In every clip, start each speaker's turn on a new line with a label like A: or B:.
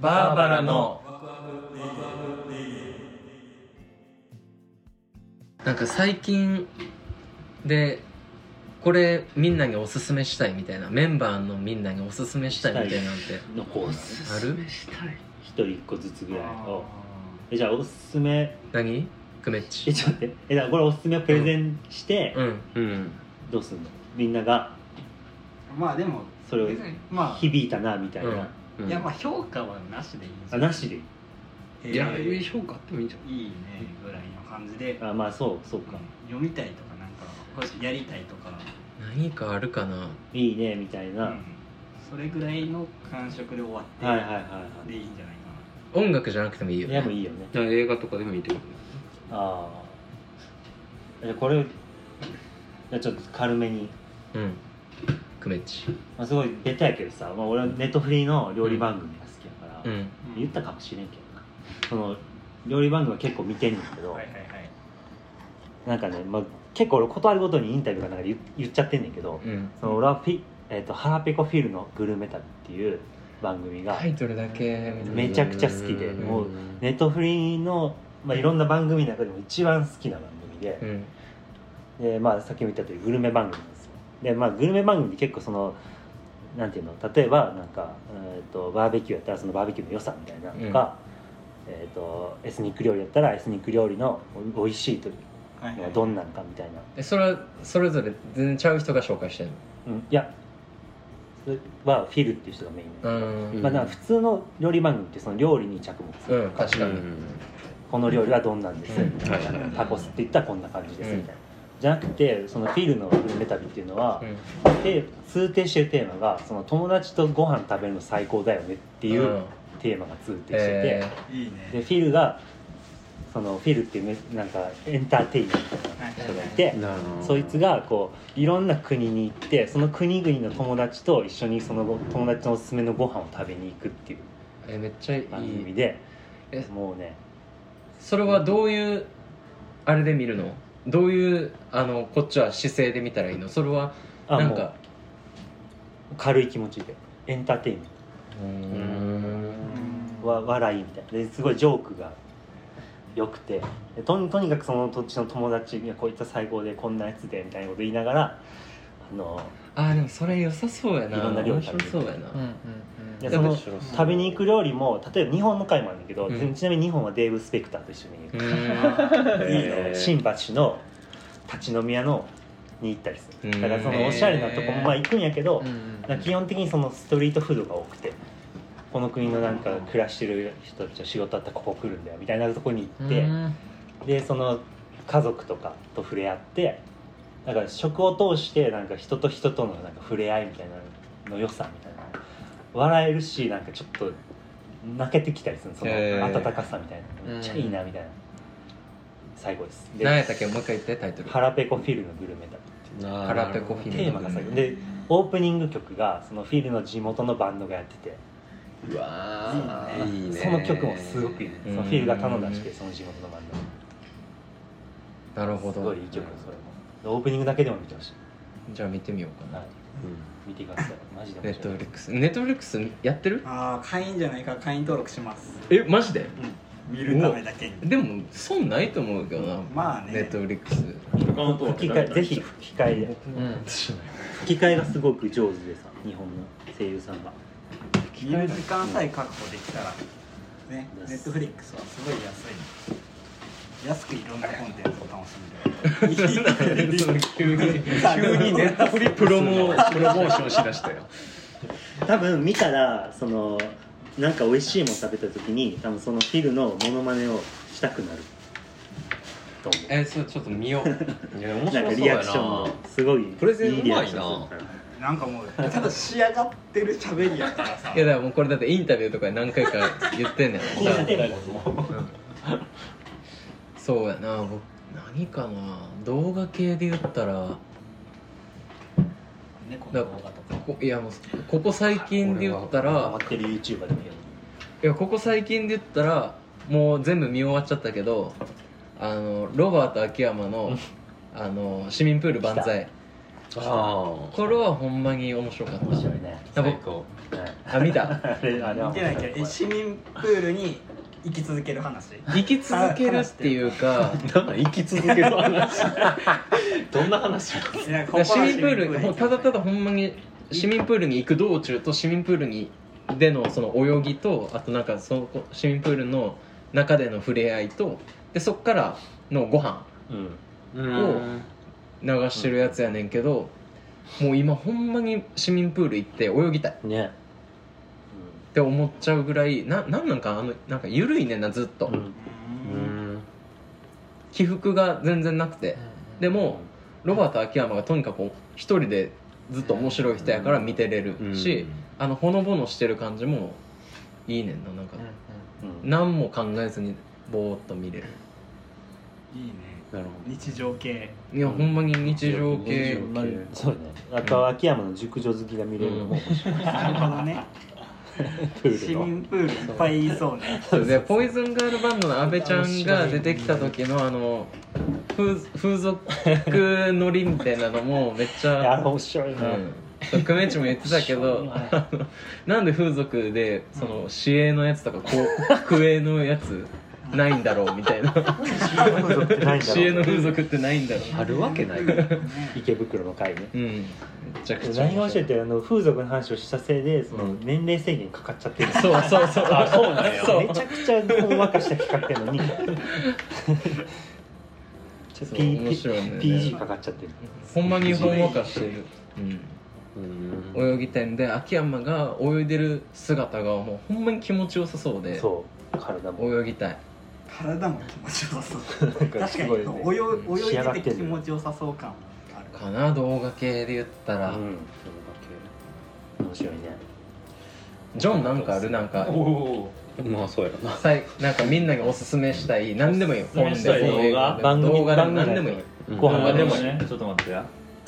A: バーバラの
B: なんか最近でこれみんなにおすすめしたいみたいなメンバーのみんなにおすすめしたいみたいなんて
C: のおすすめしたい一人一個ずつぐらいをえじゃあおすすめ
B: 何クメッ
C: え
B: チ
C: ちょっと待ってえだからこれおすすめをプレゼンして、
B: うん
A: うん
C: どうすんのみんなが
D: まあでも
C: それを
D: 別にまあ、
C: 響いたなみたいな、
B: うん
A: うん
D: いやまあ評価はなしでいい
C: あなしで
D: で
A: いや
D: いいね
A: 評価あってもいいんじゃ
D: ぐらいの感じで
C: あまあそうそうか、
D: 読みたいとかなんか欲しいやりたいとか、
B: 何かあるかない
C: いねみたいな、
D: うんそれぐらいの感触で終わって、
C: はいはいはいはい
D: でいいんじゃないか
B: 音楽じゃなくてもいいよ
C: いやもう
B: ね
C: いいよね
A: ないじゃあ映画とかでもいいってことね
C: ああじゃあこれじゃあちょっと軽めに、
B: うんクメッチ
C: まあ、すごいベタやけどさ、まあ、俺はネットフリーの料理番組が好きやから、
B: うん
D: な、
C: 言ったかもしれんけどなその料理番組は結構見てんねんけど、
D: はいはいはい
C: なんかね、まあ、結構俺断るごとにインタビューかなんかで言言っちゃってんねんけど、
B: うん
C: その俺はフィ、えっと腹ペコフィルのグルメ旅っていう番組が、
B: タイトルだけ見た
C: めちゃくちゃ好きで
B: うん
C: もうネットフリーの、まあ、いろんな番組の中でも一番好きな番組で
B: う,、ん
C: でまあ、さっきも言った通りグルメ番組なんですよで、まあ、グルメ番組って結構そのなんていうの例えばなんか、えー、とバーベキューやったらそのバーベキューの良さみたいなとか、えー、とエスニック料理やったらエスニック料理のお美味しいという
D: はい
C: の
D: は
C: はいどんなんかみたいな、
B: えそれはそれぞれ全然ちゃう人が紹介してんの
C: うん、いやそれはフィルっていう人がメイン
B: う
C: なんだけど
B: ん
C: まあ、なんか普通の料理番組ってその料理に着目する
B: うん確かに
C: この料理はどんなんです、
B: うん
C: なんかタコスって言ったらこんな感じです
B: うん
C: みたいな、じゃなくてそのフィルのグルメ旅っていうのは
B: う、ん
C: で通底してるテーマがその友達とご飯食べるの最高だよねってい
B: ん
C: うテーマが通底してて、
B: えー
D: いい
C: で
D: ね
C: フィルがそのフィルっていうめなんかエンターテインメント
D: はいはいは
C: の人がい
D: い
C: て、
A: なるほど
C: そいつがこういろんな国に行ってその国々の友達と一緒にその友達のおすすめのご飯を食べに行くっていう
B: えめっちゃい
C: 番組
B: い
C: で
B: え
C: もうね
B: それはどういうあれで見るのどういうあのこっちは姿勢で見たらいいのそれは
C: あ
B: なん
C: もう
B: か
C: 軽い気持ちでエンターテインメン
B: うーん
C: トわ笑いみたいなですごいジョークが良くてでとにとにかくその土地の友達がこういった最高でこんなやつでみたいなこと言いながらあの
B: あーでもそれ良さそうやない
C: ろんな料理
B: 面白そうやな、
A: うんうんう
C: い
A: ん
C: や
B: で
C: そ
B: も
C: の食べに行く料理も例えば日本の回もあるんだけど、
B: うん
C: ちなみに日本はデーブ・スペクターと一緒
B: う
C: に、
B: ーん
C: えー新橋の立ち飲み屋のに行ったりするだからそのおしゃれなとこもまあ行くんやけど、
A: うん
C: なんか基本的にそのストリートフードが多くてこの国のなんか暮らしてる人たちの仕事あったらここ来るんだよみたいなとこに行って、
A: うん
C: でその家族とかと触れ合ってなんか食を通してなんか人と人とのなんか触れ合いみたいなの良さみたいな笑えるしなんかちょっと泣けてきたりするその
B: へー
C: 温かさみたいなめっちゃいいなみたいな、最後です
B: 何や
C: で
B: ったっけもう一回言ってタイトル
C: 腹ペコフィルのグルメだ
B: カラペコフィル
C: テーマが最後でオープニング曲がそのフィルの地元のバンドがやってて
A: うわーいいね
C: その曲もすごくいいねそのフィルが頼んだらしくてその地元のバンド
B: なるほど
C: すごいいい曲それもオープニングだけでも見てほしい、
B: じゃあ見てみようか
C: は、
B: ない
C: 見てくださいマジで
B: ネ
C: 面
B: ット
C: 白い
B: フリックスネットフリックスやってる
D: ああ会員じゃないから会員登録します
B: えマジで
D: 見るためだけに
B: でも損ないと思うけどな、
D: まあね
B: ネットフリックス
C: 吹き替えぜひ吹き替えで
B: うん
C: 吹き替えがすごく上手でさ日本の声優さんが
D: 見る時間さえ確保できたらね
C: です
D: ネットフリックスはすごい安い安くいろんなコンテンツを楽しめる
B: 急に急にネットフリプロモプロモーションしだしたよ
C: 多分見たらそのなんか美味しいもの食べた時に多分そのフィルのモノマネをしたくなると思う
B: えそれちょっと見よう
A: いや面
C: なん
A: 白
C: か
A: そう
C: リ
A: や
C: アクションもすごい
A: プレゼン
C: いう
A: まいな
C: リアクションするから
D: なんかもうただ仕上がってる喋りやからさ
B: いやだからもうこれだってインタビューとかで何回か言ってん ねん
C: 気にしてる
B: そうやな僕何かな動画系で言ったら
D: 猫
B: だ
D: の動画とか
B: ここいやもうここ最近で言った
C: ハマ
B: ら
C: ってる YouTuber でもいいよ
B: いやここ最近で言ったらもう全部見終わっちゃったけどあのロバート秋山のあの市民プール万歳
C: あ
A: あ
B: これはほんまに面白かった
C: 面白いね、
B: やば
A: 最高
C: はい
B: あ見た
C: あれあれは
D: 見てないけどえ市民プールに行き続ける話
B: 生き続けるっていう か
A: なんか生き続ける話どんな話
D: いやここは
B: 市民プールもうただた
D: だ
B: だほんまに市民プールに行く道中と市民プールにでのその泳ぎとあとなんかそこ市民プールの中での触れ合いとでそっからのご飯
C: うん
A: うん
B: 流してるやつやねんけど、もう今ほんまに市民プール行って泳ぎたいっ
C: ね
B: て思っちゃうぐらいななんなんかあのなんか緩いねんなずっと、
C: うんうん
A: うん
B: 起伏が全然なくてでもロバート秋山がとにかく一人でずっと面白い人やから見てれるし、あのほのぼのしてる感じもいいねんななんか、
C: うん
B: 何も考えずにぼーっと見れる
D: いいね
A: なる
D: 日常系
B: いや、
C: うん
B: ほんまに日常系
A: 日
C: まあそうねあとは秋山の熟女好きが見れるのも面白い
D: なるほどね
C: プ
D: 市
C: ールの
D: 民プールいっぱいいそうね
B: でポイズンガールバンドの阿部ちゃんが出てきた時のあの風風俗乗りみたいなのもめっち
C: いやあれ
B: ゃ
C: 面白いな
B: うん久米っちも言ってたけどあのなんで風俗でその市営のやつとかこう区営のやつないんだろうみたいな
C: 風俗って ないんだ
B: 市営
C: ろ
B: の
C: う
B: 風俗ってないんだろ
A: あるわけないから
C: 池袋の会ね
B: ううんめちゃくちゃ
C: 何が面白いってあの風俗の話をしたせいでその
B: うん
C: 年齢制限かかっちゃってる
B: そうそうそうそうなんだ
C: めちゃくちゃほんわかした企画やのにちょっと P-
B: 面白いね
C: PG かかっちゃってる
B: ほんまにほんわかしてる、うん
A: うん
B: 泳ぎ店で秋山が泳いでる姿がもうほんまに気持ちよさそうで
C: そう体も
B: 泳ぎたい
D: 体も気持ちよさそう
C: なん
D: 確かに
C: ね
D: 泳い
C: 仕上がっ
D: 泳
C: て
D: い
C: ん
D: でて気
C: のよ
D: 持ちよさそう感はある
B: かな動画系で言ったら、
C: うん面白いね
B: ジョンなんかあるなんか
A: まあそうやろな
B: さいなんかみんなにおすすめしたい何でもいい
E: おすすめしたい
B: 本でも
E: 動画
B: 映画
C: 番
B: で
C: 組
B: 動画で
C: 番組
B: 何でもいい
C: ご
E: あ
C: 飯が
E: で
C: 出
E: も
C: まし
E: ねちょっと待ってや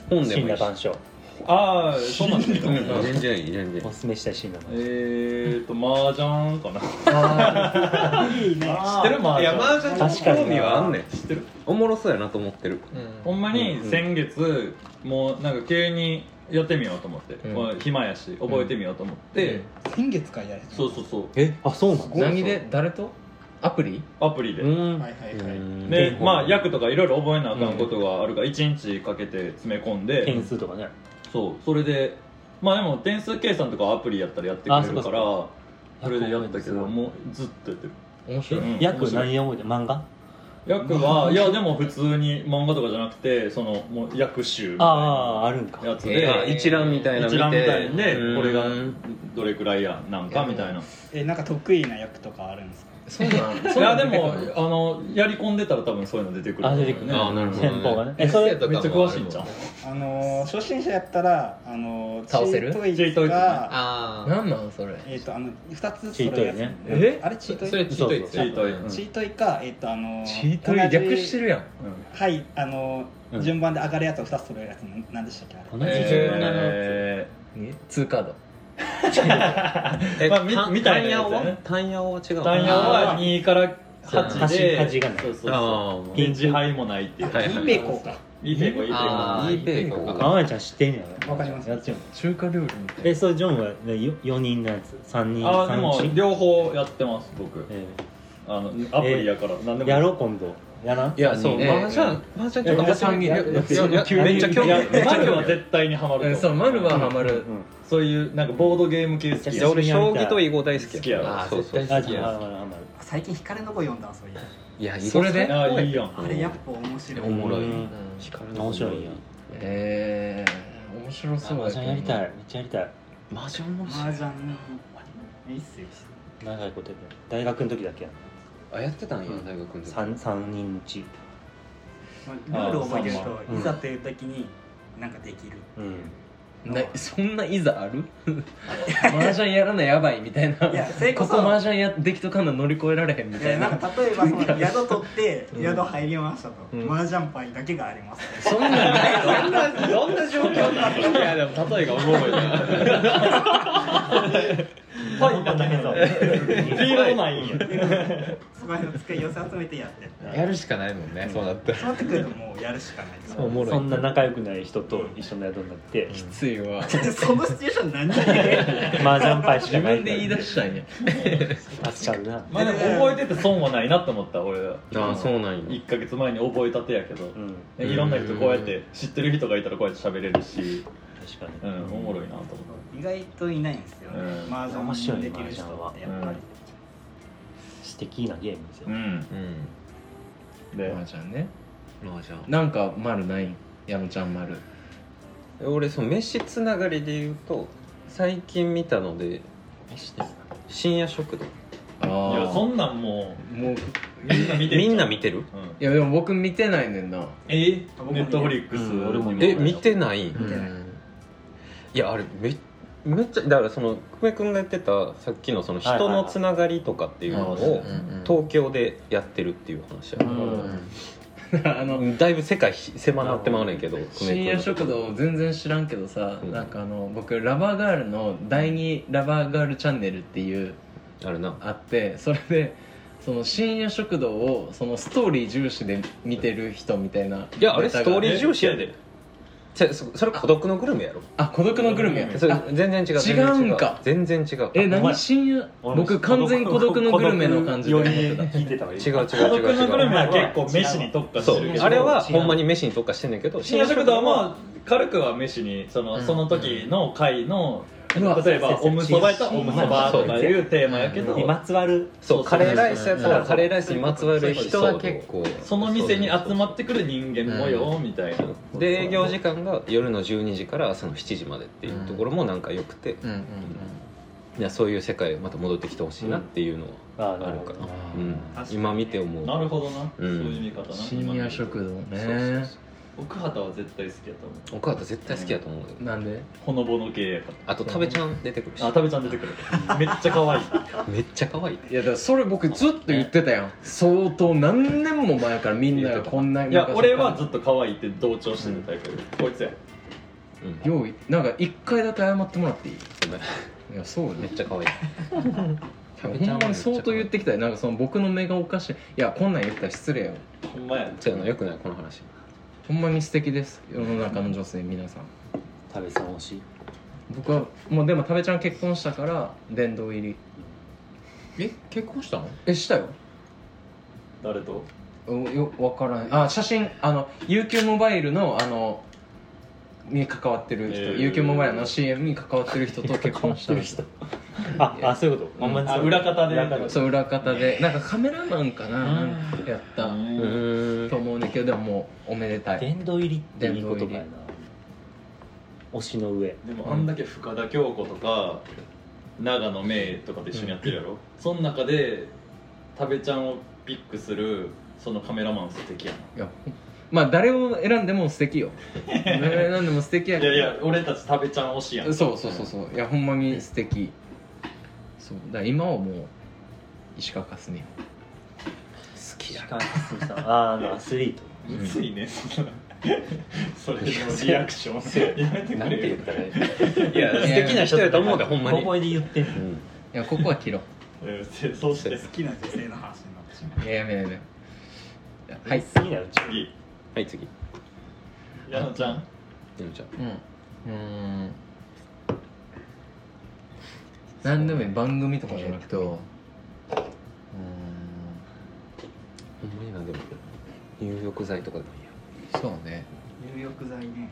A: 本
C: た
A: で
C: 森
A: もいい
C: 羅
A: し
C: 万象
E: ああそうなんだ
A: う
E: よ
A: ん全然いい全然いい
C: おすすめしたいシーンだ
E: えーと麻雀かな
B: あ
D: いいね
E: 知ってる麻雀
A: いやマージャンの興味はあんねん
E: 知ってる
A: おもろそうやなと思ってる
E: ほんまに先月もうなんか急にやってみようと思って、
B: うん
E: まあ暇やし覚えてみようと思っ
B: ー
E: て、
D: 先月からやれ
E: そうそうそう
C: えあそうなの
B: うん何で誰とアプリ
E: アプリで、
C: う
D: は
C: ん
D: いはいはい
E: でまあ役とかいろいろ覚えなあかんことがあるから1日かけて詰め込んで、
C: 点数とかね
E: そうそれでまあでも点数計算とかアプリやったらやってくれる
C: あそ
E: か
C: うからそ
E: それでやったけど
C: うん
E: もうずっとやってる
B: 面白い、
E: うん
C: 役何を覚えてる漫画
E: 役はいやでも普通に漫画とかじゃなくてそのもう役集み
C: あ
E: た
C: ああるんか
E: いなやつ
B: え
E: で、
B: ー
A: あ一覧みたいなの見て
E: 一覧みたいで
A: うん
E: これがどれくらいやなんかみたいな
D: えなんか得意な役とかあるんですか
B: そうなん
E: いやで
B: そう
E: も
B: なんだ
E: あのやり込んでたら多分そういうの出てくる
C: あ出てくる
E: ね
C: ね
A: あーなるほどね
C: 戦法がね
B: エッセイとかも
E: めっちゃ詳しいんじゃん
D: あのー初心者やったらあのー
B: 倒せる
D: チートイ
E: チート
D: ツ
E: イツね
D: か
A: ああ
B: 何なんそれ
D: えっとあの二つ
C: チートイね
D: 揃えるやつ
B: え
D: あれチートイ
A: それチートイ
C: そう
A: ツ
E: チートイうん
D: チートイかえっとあのー
B: チートイ略してるやん
E: う
D: はいあのー
C: うん
D: 順番で上がるやつを二つ揃えるやつなんなんでしたっけあれ
E: ん
C: 同じ順番なの
E: え
B: え2カード
A: え
E: まあみみたいなやつやね
A: 単ヤオは単ヤオは違う
E: ー
A: の
E: 単ヤ
D: オ
E: は2から8で
C: 端端がない
E: そうそうそう
A: あ
E: 臨時配もないっていう
A: はい
D: イーペコか
E: いいペコいいペコ
A: あーいいペーコ
C: あ
A: か
C: まやちゃん知ってんねやろ
D: わかります
C: やってんの
B: 中華料理みたい
C: えそれジョンは4人のやつ3人
E: あーで
C: 3
E: も
C: 人
E: 両方やってます僕
C: え
E: あのアプリやから何
C: ー
E: でも
C: やろう今度やらん
A: いやそう
B: いいね
A: マージャンマージャンちょっと
C: いや
A: 挟み
C: いや
A: いやいや
C: いや
A: いや
C: 急に
A: めっちゃ興
E: い
A: 味
E: や
A: あるめっちゃ興
E: マ
A: 味
E: ル
A: あ
E: は
A: る
E: 絶対にハマ
B: な
E: る
B: えそうマルはハマる
C: うん
E: そういうなんかボードゲーム系好
C: い
E: き
A: い
C: や
A: や
E: や
A: 俺将棋と囲碁大好き
E: 好きやろ
A: あーそうそう
B: 絶
C: あ
B: 対
C: じゃあハマるハマる
D: 最近光の子読んだそういう
A: いや
B: それで
E: あーいいやん
D: あれやっぱ面白い
A: おもろい
C: うん
A: 光
C: 面白いよ
B: えー、面白そう
C: マージャンやりたい
B: い
C: めっちゃやりたい
A: マージャン面
D: 麻
A: 白い
D: 雀のいいっすよ
C: 長いことやってる大学の時だけやん
A: あやってたんや大学の時
C: 3, 三人のうち
D: ルール覚えてる
E: あ
C: そう
D: といざという時になんかできる
C: うん
B: なそんないざあ るマージャンやらなやばいみたいない
D: やそれこ
B: こ
D: そ
B: こマージャンやできとかんの乗り越えられへんみ
D: い
B: た
D: や
B: い
D: なん
B: な
D: か例えばその宿取って
B: うん
D: 宿入りましたと、
B: うん
D: 麻雀パイだけがあります、
B: そんなんない
A: どんなどんな状況なのいやでも例えがおもろいな
C: パイが大変そう
E: フィールドないんや
D: そこら辺の机寄せ集めてやってる
F: やるしかないもんね、そうなったら
D: そうなってくるともうやるしかないです
F: そうおもろい
C: そんな仲良くない人と一緒の宿になって
B: きついわ
D: そのシチュエーション何だね
C: 麻雀パイし
B: 自
C: かない
B: 分で言い出したんや
C: 助かるな
E: まあでも覚えてて損はないなと思った俺は
B: ああそうなんや
E: 1か月前に覚えたてやけど
C: う、ん
E: ねいろんな人こうやって知ってる人がいたらこうやって喋れるし、
C: 確
E: う
C: かに
E: ん、おもろいなと思った
D: 意外といないんですよね
E: うん
D: 麻雀できる人ってやっぱり
C: 素敵なゲームですよ
E: うん
F: うん
E: で
B: マージャンね
F: まあじゃあ
B: なんか丸ないん矢野ちゃん丸
F: 俺その飯つながりで言うと最近見たので飯で深夜食堂
B: ああ
E: いやそんなんも
B: もういう
E: みんな見て
F: みんな
E: 見
F: 見てる
E: うん
B: やでも僕見てないねんな
E: え
D: 僕も
E: ネ
D: 見る
E: ットフリックス
C: うん俺も見る
F: え見てない
B: 見
D: てない
F: いやあれめめっちゃだからその久米君がやってたさっきのその人のつながりとかっていうの
C: はいはい
F: を
C: はい
F: 東京でやってるっていう話や
B: う
F: か
B: んあ
F: ら
B: の
F: だいぶ世界ひ狭なってまうねんけど久
B: 深
F: 米
B: 夜
F: 君
B: 食堂全然知らんけどさ、
F: うん
B: なんかあの僕ラバーガールの第2ラバーガールチャンネルっていう
F: あるな
B: あってそれでその深夜食堂をそのストーリー重視で見てる人みたいない
F: やあれ
B: ネタ
F: ス
B: が
F: トーリー重視やでちゃそそれ孤独のグルメやろ
B: あ孤独のグルメや
F: それ
B: あ
F: 全然違う全然
B: 違うんか
F: 全然違う
B: え
C: お前
B: 何深夜
C: 俺も
B: 僕完全に孤独のグルメの感じで
C: よ
B: 思っ
C: り
B: てた
C: 聞いてたわ今
F: 違う違う
E: 孤独
F: 違う
E: のグ
F: 違
E: ルメ
F: う
E: は結構飯に特化し
F: そ
E: てる
F: う
E: けど
F: あれはほんまに飯に特化してんねんけど
E: 深夜食堂も軽くは飯にその,、
F: うん
E: その時の回の
B: うわ
E: 例えばおむそばやったらおむそばとかいうテーマやけ
C: に
E: ど
C: まつわる
F: そうカレーライスやったら
C: そう
F: カレーライスにまつわる人が結構
E: その店に集まってくる人間模様みたいな、
F: で営業時間が夜の12時から朝の7時までっていうところもなんか良くて、
B: うんうんうん
F: いやそういう世界また戻ってきてほしいなっていうのは
C: あ
F: あるかな、
B: う
F: うんん
D: 確かに
F: 今見て思う
E: なるほどな、
F: うん
E: そういう見方な
B: 深夜食堂
F: そうそう
B: ね
F: そ
E: 奥畑は絶対好きやと思う
F: う奥畑絶対好きやと思うよ、
B: なんで
E: ほのぼの系やか
F: あと食べちゃん出てくるし
E: らあ食べちゃん出てくる めっちゃ可 愛い
F: めっちゃ可愛い
B: いやだからそれ僕ずっと言ってたやん相当何年も前からみんながこんない
E: や俺はずっと可愛いって同調してるタイプ、こいつや
F: うんご
B: 用意なんか一回だけ謝ってもらっていい
F: めん
B: いやそうよ
F: めっちゃ可愛い
B: ほんまに相当言ってきたよなんかその僕の目がおかしいいやこんなん言ったら失礼よ
E: ほんまや
F: そうやなよくないこの話
B: ほんまに素敵です世の中の女性皆さん
C: 食べさん欲しい
B: 僕はもうでも多部ちゃん結婚したから殿堂入り
F: え結婚したの
B: えしたよ
E: 誰と
B: およ分からないあ写真あの UQ モバイルのあのに関わってる人、
E: えー
B: UQ モバイルの CM に関わってる人と結婚したんですよ
C: ああそういうことあんまり
E: あ裏方で
C: 裏方
B: そう裏方でなんかカメラマンかな
E: うん
B: なんかやった、
F: うーん
B: と思うねんだけどでももうおめでたい
C: 殿堂入りっていい言葉やな推しの上
E: でもあんだけ深田恭子とか長野芽郁とかと一緒にやってるやろ、その中で食べちゃんをピックするそのカメラマン素敵や
B: いやほんまあ誰を選んでも素敵よ誰を選んでも素敵や
E: ない
B: けど
E: やいや俺たち食べちゃん推しやん
B: そうそうそうそういやほんまに素敵そうだから今はもう石川佳純よ
C: 好きやさんあーあのアスリート
E: むずいねそのそれでもリアクシ ョンやめてくれよ
F: たらいいや素敵な人やと思うでほんま
C: 小
F: に
C: 声で言ってんの
F: うん
B: いやここは切ろう
E: えーそうして
D: 好きな女性の話になってしまう
B: いややめやめはい
C: 好きなうち
E: 次
F: はい次
E: 矢野ちゃん
F: ゆみちゃん
B: うんうん何でもいい番組とかじゃなくて
F: とほんまに何でも入浴剤とかでもいいや
B: そうね
D: 入浴剤ね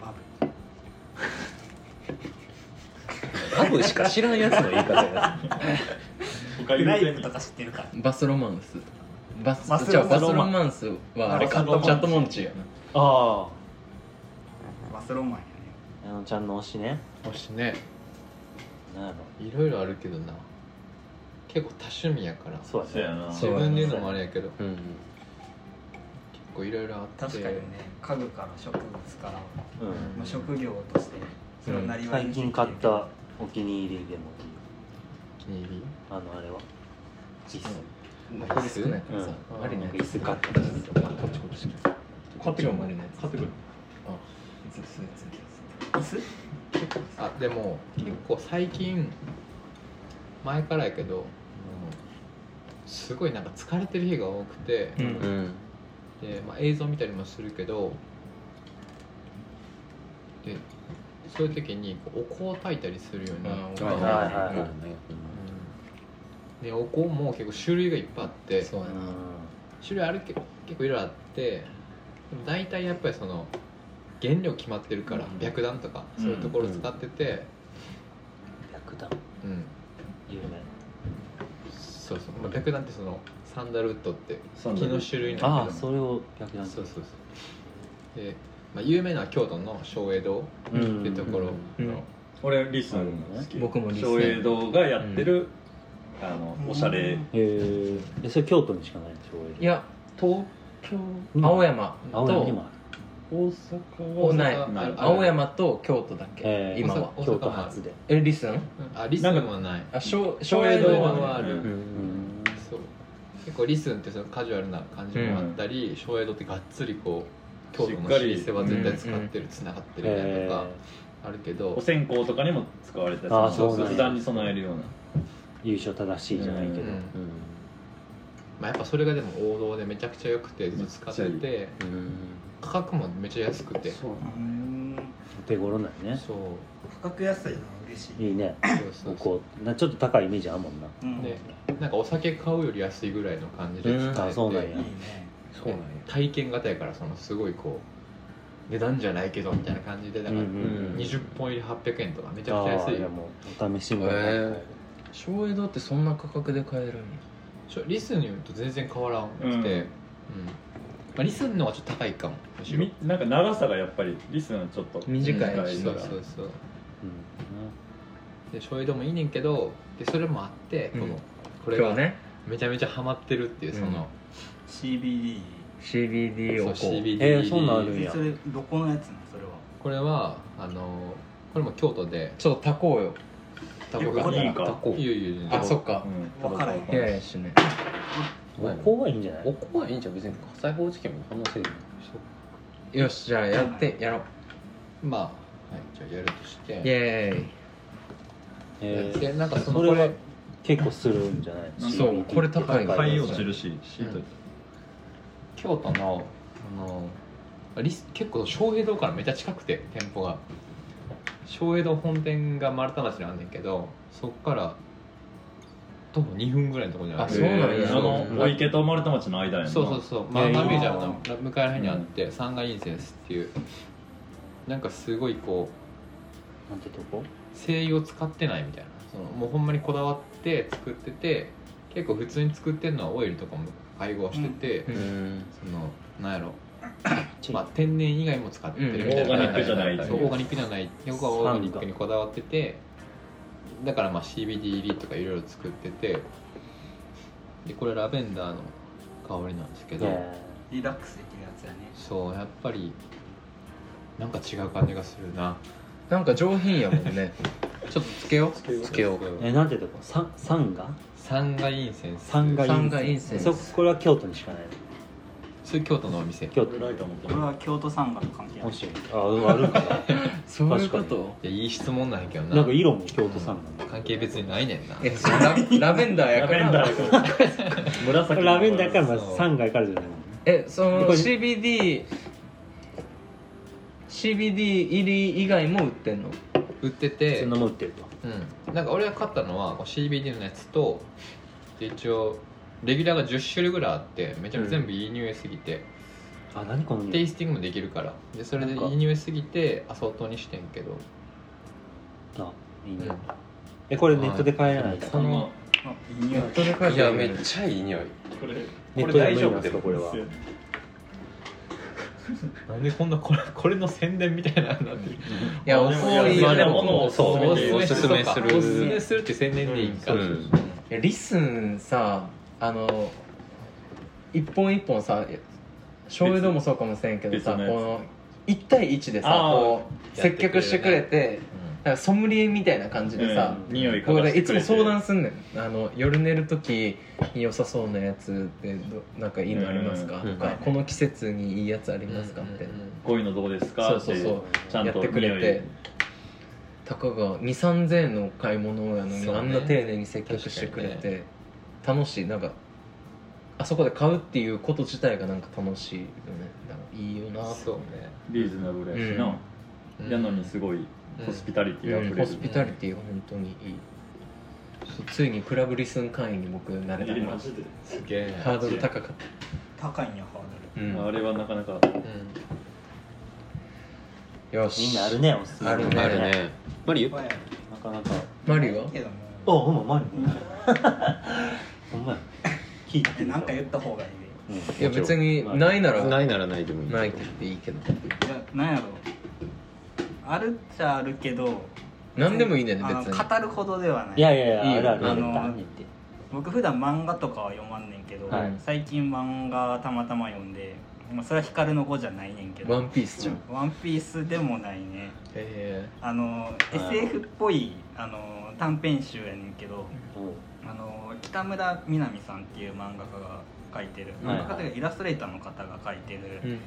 D: バブ
F: ハブしか知らんやつの言い方や
E: 他
D: ライ
E: 言う
D: ブ
E: て
D: とか知ってるから
B: バスロマンスバス
D: バス
B: じゃ
D: ロ
B: あ
D: マン
B: バスロマンスはあれ
E: バス
B: か
E: ロマンス
B: チャットモンチーやな
C: あ
D: バスロマンやね
C: あ矢野ちゃんの推しね
G: もしね
C: なんやろ
G: いろいろあるけどな結構多趣味やから
C: そうや
E: そうやな
G: 自分で言うのもあれやけど結
F: うん
G: 構いろいろあって
D: 確かにね家具から植物から、
C: な、
D: まあ、職業としてそれをなり
C: うん、
D: わい
C: 最
D: に
C: 近買ったお気に入りでもいいよ
G: お気に入り
C: あのあれは椅子
B: これ少ないからさ
C: う
B: マリネ
C: なんか椅子買ったんですよ
B: こっちこっちこっちがマリネ
E: 買ってくる
D: 椅子
G: あでも結構最近
F: 前からやけど、すごいなんか疲れてる日が多くて、
B: うん
A: うん
F: で、まあ、映像見たりもするけどでそういう時にこうお香を焚いたりするようになった、
B: うん
F: うん
B: はい
C: はいはい
F: でお香も結構種類がいっぱいあって
B: そうやな
F: 種類あるけ結構いろいろあってでも大体やっぱりその原料決まってるから、
C: うん
F: 白檀とかそういうところ使ってて、
C: 白檀
F: うん
C: 有名
F: そうそう、まあ、白檀ってそのサンダルウッドって
E: サ
F: 木
E: ンダルウッド
F: の種類なんだけど
C: ああそれを白檀
F: そうそうそうで、まあ、有名なのは京都の松江堂
C: うん
F: ってところ
B: うん
F: の
E: 俺リスナーが好き
B: 僕もリスナー
E: 松江堂がやってる、あのおしゃ
C: へ
E: れ
C: ーえそれ京都にしかないんでし
B: い
C: ょ
B: や
E: 東京
B: 青山
C: 青山に
B: と
C: もある
E: 大
B: お
E: 阪は
B: ない
E: ない
B: 青山と京都だ
C: え
B: け
C: ー
B: 今は
F: 大阪
C: 京都初で
B: えリスン
F: あリスンはない
B: あしょう松
F: 松江
B: 江
F: 堂
B: 堂
F: は
B: は
F: ある、
E: うん
C: うん
F: そう結構リスンってそのカジュアルな感じもあったり、松江堂ってがっつりこう京都の老舗は絶対使ってるつながってるみたいなのが
C: え
F: あるけど、
E: お線香とかにも使われたり
C: あー
E: そ
C: そ
E: の
C: うなんや
E: 仏壇に備えるような
C: ー優勝正しいじゃないけど
F: うん
C: うん
F: まあ、やっぱそれがでも王道でめちゃくちゃ良くてずっと使って
E: めっち
F: て価格もめっちゃ安くてそう
D: うん
C: お手頃なんやね
F: そう
D: 価格安いのは嬉しい、
C: いいね
F: そ
C: こ
F: うそう
C: こなちょっと高いイメージあるもんな
D: うん
F: でなんかお酒買うより安いぐらいの感じで使えて、
C: うんあそうなん
D: い
C: や
D: いね
A: そうなんや
F: 体験型やからそのすごいこう値段じゃないけどみたいな感じでだから
C: うん
A: うん
F: 20本入り800円とかめちゃくちゃ
C: あ
F: 安
C: あ
F: い
C: いやもうお試しもらいたい
A: へー
B: 松江堂ってそんな価格で買えるんや
F: ちょリスンによると全然変わらんくて、うん
E: う
F: ま
E: ん
F: あ、リスンの方がちょっと高いかもむしろ
E: みなんか長さがやっぱりリスナーちょっと
B: 短いし
E: し
F: そう
E: から
F: そうそう
C: う
F: で醤油でもいいねんけどでそれもあってこの、
B: うん
F: これ
B: 今日
F: が
B: ね
F: めちゃめちゃハマってるっていうその、
D: CBD
B: CBD を
F: そう
B: こう
F: CBD、
C: えーそんなんあるん
D: え
C: や
D: それどこのやつなのそれは
F: これはあのこれも京都で
B: ちょっと炊こうよ
F: タ
D: よく
F: が
D: これいい
E: か
F: タコいやいやいや
B: あそっか
E: うん
D: わからへん
B: いやいやしね
C: んうんここはいいんじゃない
A: おこはいいんじゃん別に火災報知器も話せる
B: よしじゃあやってやろう
F: まあ、はい、じゃあやるとして
B: イエーイ
C: えー
F: でなんかそ
C: そ
F: のこ
C: れ
F: れ
C: は結構するんじゃない
B: そうこれ高いの
E: 太陽印シート
F: 京都のあのリス結構昌平堂からめっちゃ近くて店舗が昌平堂本店が丸太町にあんねんけどそっから徒歩2分ぐらいのところにあ
B: あ
F: る
B: そうなんや
E: あのお池と丸太町の間やんな
F: そうそうそうまあ
C: いやいいな
F: マミュージアムの向かいらへんにあって三階インセンスっていうなんかすごいこう
C: なんてとこ
F: 精油を使ってないみたいなそのもうほんまにこだわって作ってて結構普通に作ってるのはオイルとかも配合してて、
B: うん
A: ん
F: そのなんやろまあ、天然以外も使ってるみたいな、
E: うんオーガニックじゃない
F: そうオーガニックじゃない僕はオーガニックにこだわっててだからまあ CBD 入りとかいろいろ作っててでこれラベンダーの香りなんですけど、
C: え
D: リラックスできるやつやね
F: そうやっぱりなんか違う感じがするな
B: なんか上品やもんねちょっとつけよう
F: つけよう
C: ーえなんてとこさサンガ
F: サンガインセンス
C: サンガ
B: 三階
C: イ
B: イ
C: ン
B: ン
C: セ
B: セ
C: ン
B: ン
C: ス
B: ス
C: そこれは京都にしかないの
F: それ京都のお店
C: 京
E: 俺ライタ
C: 都
E: ー持って
D: これ
E: ない
D: は京都産ガと関係な
C: も
D: い
C: しああるか
B: そういうこ
C: 確か
B: と
F: いやいい質問なんやけど
C: な
F: な
C: なんか色も京都サンガ
F: 関係別にないねんな
B: えそうララベンダーや
E: ラ
B: か
E: ベン
B: ら
E: ダー紫の
C: ラベンダーからま
F: そ
C: ず
F: う
C: サンガからじゃないもん
B: えその
C: これ
B: CBD CBD 入り以外も売ってんの
F: 売って
C: そ
F: て
C: んなもん売ってると
F: うん、なんか俺が買ったのはこう CBD のやつとで一応レギュラーが10種類ぐらいあってめちゃめちゃ全部いい匂いすぎて、
C: あ何この匂
F: テイ
C: い
F: スティングもできるからでそれでい
C: なんか
F: い匂いすぎてアソートにしてんけど
C: あいいね
F: うん
C: えこれネットで買えない
E: この
D: あいい匂い
A: いやめっちゃいい匂い
E: これ
C: ネッ
A: こ
C: ト
A: れ
C: で
A: 大丈夫
C: で
A: ですす
C: か
A: か
C: これは
F: なんでこんなこれこれの宣伝みたいなのになってる
B: いや
E: ま
B: お
E: あでも
B: 香いい
E: いや
B: よ
E: で
B: で
E: も
B: も
E: 物を
B: そう
E: 勧めて
A: おすすめする
F: おすすめするって宣伝でいいんか、
A: うんそう
B: いやリスンさあの一本一本さ醤油堂もそうかもしれんけどさこ
E: 別のやつ
B: の1対1でさ
E: あー
B: こう接客してくれてなんかソムリエみたいな感じでさ、
E: うん匂い嗅
B: こ
E: が
B: こ
E: してくれ
B: で
E: て
B: いつも相談すんねんあの夜寝る時に良さそうなやつってどなんかいいのありますか、
A: うん
B: とか、
D: うん
B: この季節にいいやつあり
F: うん
B: ますかみたいな、
F: うん
E: こういうのどうですか
B: そうそうそう
E: ってちゃん
B: やっ
E: と
B: てくれて
E: 匂い
B: たかが2 3 0 0円の買い物やのに、
F: そうね
B: あんな丁寧に接客してくれて、楽しいなんかあそこで買うっていうこと自体がなんか楽しいよねなんかいいよなと
F: そうね
E: リーズナブルやしな、
F: うん
E: やのにすごいホスピタリティが
B: う
E: 溢
B: ん、
E: れ
B: ホ
E: る、
B: スピタリティが本当にいい、そうついにクラブリスン会員に僕なれた
E: え
B: か
E: マ
B: ら
E: ジで、
F: すげえ
B: ハードル高かっ
D: 高いんやハー
B: た、うん
E: あれはなかなか
B: よし
C: みんなあるねおすすめ
B: あるね
A: あるねマリ
D: ドル
A: オ
D: いっぱい
C: なかなか
B: マリは
D: あるけども
C: あほんまマリ ほんまや聞いて
D: え
C: みた
D: なんか言った方がいい
C: うん
B: いや別に
C: まあ
B: ないなら
A: ないならないでもいい
B: ないって言っていいけど
D: いやなんやろあるっちゃあるけど
B: 何でもいいねん
D: あの
B: 別に
D: 語るほどではない
C: いやいやいや
B: いいよ
C: あるある
D: あの
C: あるって
D: 僕普段漫画とかは読まんねんけど、
C: はい
D: 最近漫画たまたま読んで、まあ、それは光の語じゃないねんけど
B: ワンピースじゃん
D: ワンピースでもないね
B: え
D: あの
C: い
D: SF っぽいあの短編集やねんけどあの北村みなみさんっていう漫画家が書いてる
C: はい
D: 漫画家というかイラストレーターの方が書いてる「
B: うん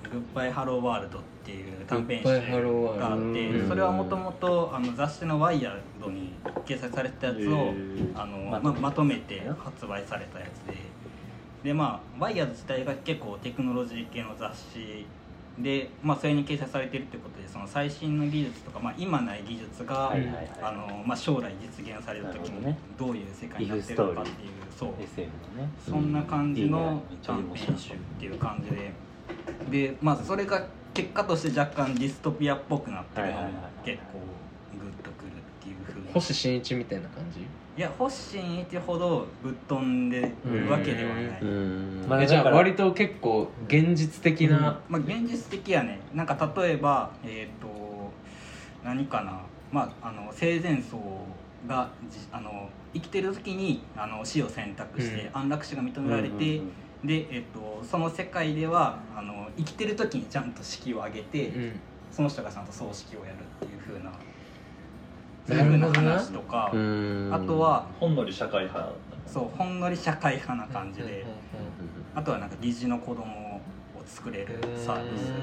D: グッバイハローワールド」っていう短編集
B: グッバイハローワールド
D: があって
A: うん
D: それはもともとあの雑誌の「ワイヤード」に掲載されてたやつを
E: えー
D: あの
C: ま
D: ままとめて発売されたやつででまあワイヤード自体が結構テクノロジー系の雑誌で、まあ、それに掲載されてるってことでその最新の技術とか、まあ、今ない技術が、
C: はいはいはい
D: あのまあ、将来実現される時
C: なる
D: に
C: ほ
D: どういう世界になってるのかっていうそう
C: SF のね
D: そんな感じの
C: いいね
D: 短編集っていう感じででまあそれが結果として若干ディストピアっぽくなってるのも
C: はいはいはい
D: 結構グッとくるっていう風に
B: 星新一みたいな感じ
D: いや星新一ほどぶっ飛んでるわけではない、
A: うん
C: まあ
B: えじゃ
C: だ
B: あ
C: から
B: 割と結構現実的な、
D: まあ、現実的やねなんか例えばえっ、と何かな、まあ、あの生前葬がじあの生きてる時にあの死を選択して
B: う
D: 安楽死が認められて、
C: うんうん
D: で、えっとその世界ではあの生きてる時にちゃんと式を挙げて、
B: うん
D: その人がちゃんと葬式をやるっていう風なそうい
B: なるほ
D: う風
B: ど
D: な
B: な
D: 話とか、
A: うん
D: あとは
E: ほんのり社会派
D: そうほんのり社会派な感じで。
A: うん
D: あとはなんか疑似の子供を作れるサービス
B: だか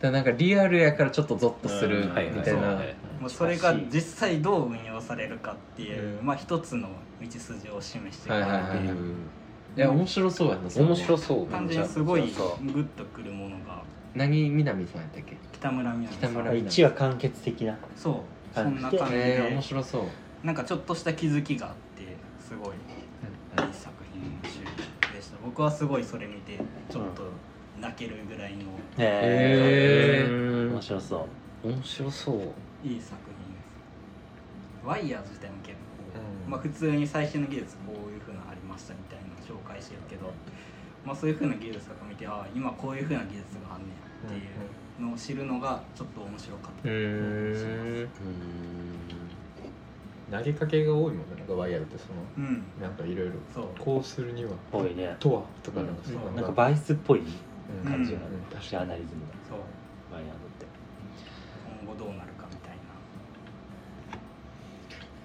B: らなんかリアルやからちょっとゾッとする
E: うんはいはい
B: みたいな、
D: もうそれが実際どう運用されるかっていう、まあ一つの道筋を示してくれて、
B: はいはいはい
A: うん
B: いや面白そうやなそれ
A: 面白そう
D: 単純にすごいグ
C: そうそ
D: ッとくるものが
B: 何南さんやったっけ
D: 北村みなみさ
B: 北村
D: ん
B: み
C: 一話完結的な
D: そうそんな感じで、
B: えー、面白そう
D: なんかちょっとした気づきがあってすごいいい作品集でした僕はすごいそれ見てちょっと泣けるぐらいの
B: へー
A: うん
C: 面白そう
A: 面白そう
D: いい作品ですワイヤー自体も結構、まあ、普通に最新の技術こういうふうなのありましたみたいな紹介してるけど、まあ、そういうふうな技術とか見てああ今こういうふうな技術があんねんっていうのを知るのがちょっと面白かった
B: うーん
A: うん
F: 投げかけが多いもんねなんかワイヤルってそ
D: うん、
F: のなんかいろいろ
D: そう
F: こうするには
C: 多いね
F: とはとかなんかそ
D: うん
C: なんか
F: か
C: バイスっぽい
F: うん
C: 感じが
F: うん
C: あるジャーナリズムが
D: そう
C: ワイヤードって
D: 今後どうなるかみたいな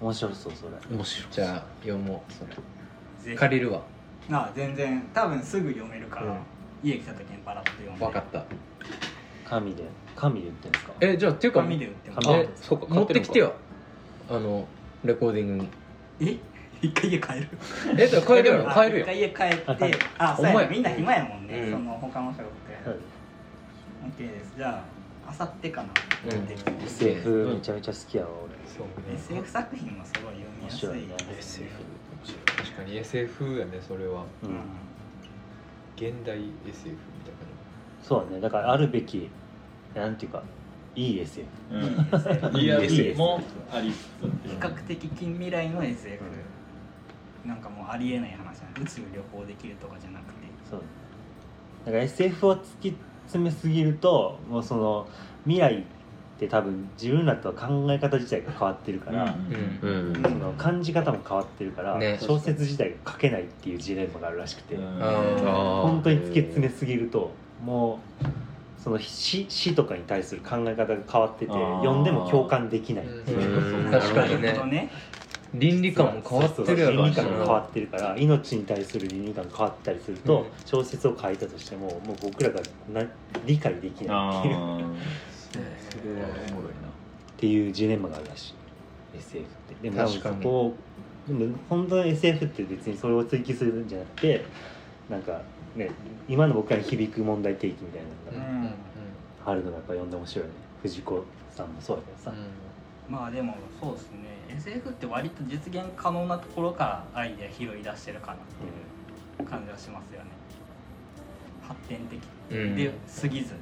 C: 面白そうそれ
A: 面白
B: じゃあ読もうそれ
D: ぜひ
B: 借りるわ
D: ああ全然多分すぐ読めるから、
B: うん
D: 家来た時にパラッと読んで
B: 分かった
C: 紙で紙で言ってんすか
B: えじゃあっていうか
D: 紙で売っても
C: 紙
B: え
A: そうか
B: 持ってきて
A: よ
B: よあのレコーディングに
D: え一回家帰る
B: えじゃあ帰る やろ
D: あ
B: 帰るよ
D: 一回家帰ってあ
B: お
D: そうや
B: 前
D: ねみんな暇やもんね、
B: うん
D: その他の人が
C: は
D: OK ですじゃああさってかな、
B: うん
D: で
C: い SF めちゃめちゃ好きやわ
F: そうね
D: SF 作品もすごい読みやすい、
C: 面白いね
A: SF 面白い
F: 確かに SF やねそれは
D: う
C: 俺うんん
F: 現代 SF みたいな感
C: そうだねだからあるべきなんていうかいい SF
E: う
D: いい
E: ん
D: SF
E: リアルもありつつってい
D: 比
E: う
D: 較的近未来の SF、なんかもうありえない話だね宇宙旅行できるとかじゃなくて
C: そうだから SF を突き詰めすぎるともうその未来って多分自分らとは考え方自体が変わってるから、
B: うん
A: う
C: そ
A: ん
C: の感じ方も変わってるから、
B: ね
C: 小説自体が書けないっていうジレンマがあるらしくて、
E: うん
B: あー
C: 本当に突き詰めすぎるともうその死死とかに対する考え方が変わってて
E: あー
C: 読んでも共感できない、
F: うん
A: うん
B: 確かに
D: な
B: ね
D: るほどね
B: 倫理観も変わってるやろ
C: 倫
B: う
C: 理
B: しな
C: 観が変わってるから命に対する倫理観が変わったりすると、
B: うん
C: 小説を書いたとしてももう僕らがな理解できない
E: あ
C: っていう
E: ーそれはおもろいな
C: っていうジレンマがあるらしい SF ってでも
B: 確かに
C: そこをでも本当の SF って別にそれを追求するんじゃなくてなんかね今の僕らに響く問題提起みたいなのが
D: ん
C: あるのがやっぱ読んで面白いよね藤子さんもそうやけどさ、
D: まあでもそうですね SF って割と実現可能なところからアイデア拾い出してるかなっていう感じはしますよね発展的
B: うん
D: で過ぎず、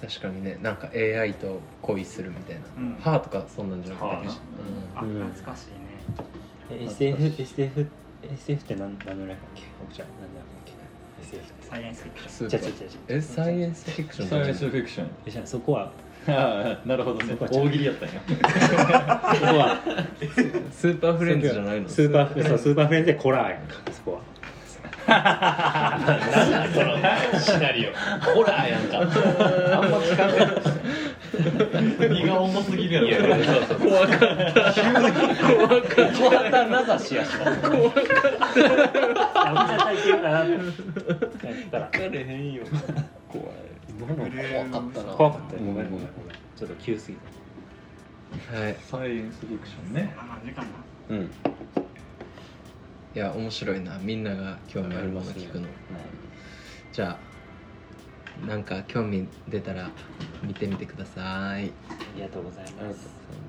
B: 確かにねなんか AI と恋するみたいな
D: うん
B: 「歯」とかそんなんじゃなかったっけ
D: あ
C: うん
D: 懐かしいね、
C: え SF, SF, SF って何何の略だっけ僕ちゃん何の略だっけ SF っ
D: サイエンスフィクション
B: スー
C: て
B: パ
C: 違う違う
B: ー
C: 違う違う
B: えサイエンスフィクション
E: サイエンスフィクション
C: えじゃあそこは
E: ああなるほどね大喜利やったんや
C: そこは
B: スーパーフレンズじゃないの
C: スーパーそうスーパーフレンズでコラーやんかそこは
E: 何なんそのシナリオホラーやんかあんま聞かない荷が重すぎるやろ
B: 怖かった怖かった
E: 小旗名指しやし
C: やめちゃ体験かなってやったら
B: れへんよ怖い
E: 怖かったな
C: 怖かったよごめんごめんごめんちょっと急すぎた
B: はい
E: サイエンスフィクションね
D: そんな感じかな
A: うん
B: いや面白いなみんなが興味あるもの聞くのじゃあなんか興味出たら見てみてください
C: ありがとうございます
B: さよなら